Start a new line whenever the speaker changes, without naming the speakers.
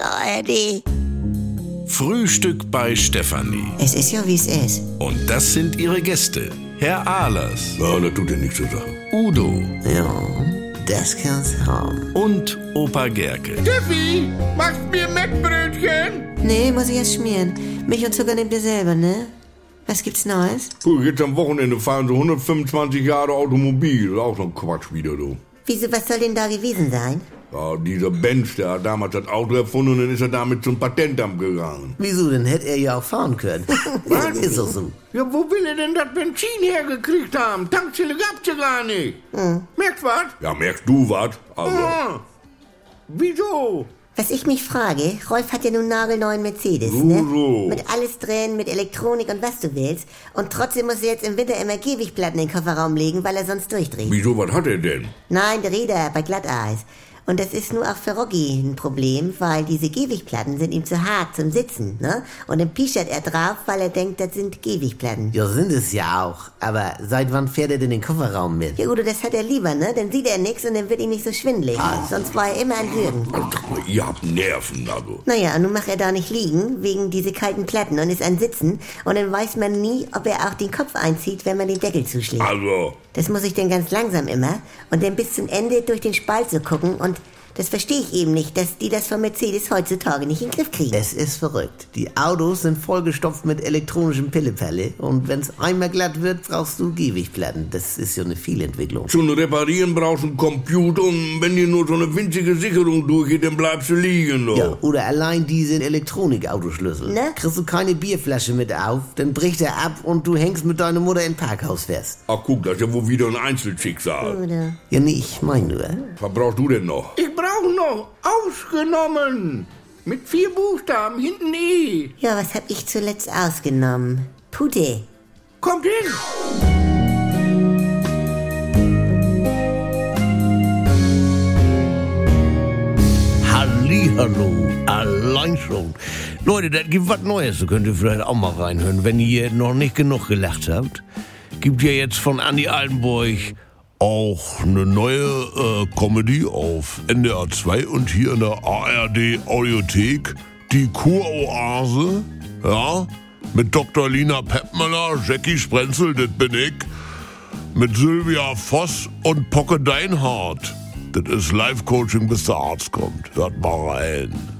ARD.
Frühstück bei Stefanie.
Es ist ja, wie es ist.
Und das sind ihre Gäste. Herr Ahlers,
Ja, das tut dir nichts zu sagen.
Udo
Ja, das kann's haben.
und Opa Gerke.
Steffi, machst mir Mettbrötchen?
Nee, muss ich erst schmieren. Milch und Zucker nehmt ihr selber, ne? Was gibt's Neues?
Du, jetzt am Wochenende fahren so 125 Jahre Automobil. Auch so ein Quatsch wieder, du.
Wieso, was soll denn da gewesen sein?
Ja, dieser Benz, der hat damals das Auto erfunden und dann ist er damit zum Patentamt gegangen.
Wieso, dann hätte er ja auch fahren können. Was? Ist doch so.
Ja, wo will er denn das Benzin hergekriegt haben? Tankstelle gab's ja gar nicht. Merkt was?
Ja, merkst du was? Also,
Ah. Wieso?
Was ich mich frage, Rolf hat ja nun nagelneuen Mercedes,
Mm.
Udo.
ne? Mit alles drin, mit Elektronik und was du willst. Und trotzdem muss er jetzt im Winter immer Gewichtplatten in den Kofferraum legen, weil er sonst durchdreht.
wieso, was hat er denn?
Nein, der Räder bei Glatteis. Und das ist nur auch für Rocky ein Problem, weil diese Gewichtplatten sind ihm zu hart zum Sitzen, ne? Und dann pischert er drauf, weil er denkt, das sind Gewichtplatten.
Ja, sind es ja auch. Aber seit wann fährt er denn den Kofferraum mit?
Ja, Udo, das hat er lieber, ne? Dann sieht er nichts und dann wird ihm nicht so schwindelig. Sonst war er immer an Hürden.
Alter, ihr habt Nerven, also.
Naja, und nun macht er da nicht liegen, wegen diese kalten Platten und ist an Sitzen. Und dann weiß man nie, ob er auch den Kopf einzieht, wenn man den Deckel zuschlägt.
Also,
Das muss ich dann ganz langsam immer und dann bis zum Ende durch den Spalt so gucken und das verstehe ich eben nicht, dass die das von Mercedes heutzutage nicht in den Griff kriegen.
Es ist verrückt. Die Autos sind vollgestopft mit elektronischem Pillepalle und wenn es einmal glatt wird, brauchst du Gewichtplatten. Das ist ja eine Fehlentwicklung.
zum Reparieren brauchst du einen Computer und wenn dir nur so eine winzige Sicherung durchgeht, dann bleibst du liegen, du.
Ja, oder allein diese Elektronikautoschlüssel.
Ne?
Kriegst du keine Bierflasche mit auf, dann bricht er ab und du hängst mit deiner Mutter im Parkhaus fest.
Ach, guck, das ist ja wohl wieder ein Einzelschicksal.
Oder?
Ja, nee, ich mein nur.
Was brauchst du denn noch?
Ich brauche noch ausgenommen. Mit vier Buchstaben, hinten E.
Ja, was hab ich zuletzt ausgenommen? Pute.
Kommt hin.
Hallihallo, allein schon. Leute, das gibt was Neues, da könnt ihr vielleicht auch mal reinhören, wenn ihr noch nicht genug gelacht habt. Gibt ja jetzt von Andy Altenburg auch eine neue äh, Comedy auf NDR 2 und hier in der ARD Audiothek. Die Kuroase, ja, mit Dr. Lina Peppmüller, Jackie Sprenzel, das bin ich mit Sylvia Voss und Pocke Deinhardt. Das ist Live-Coaching, bis der Arzt kommt. Hört mal rein.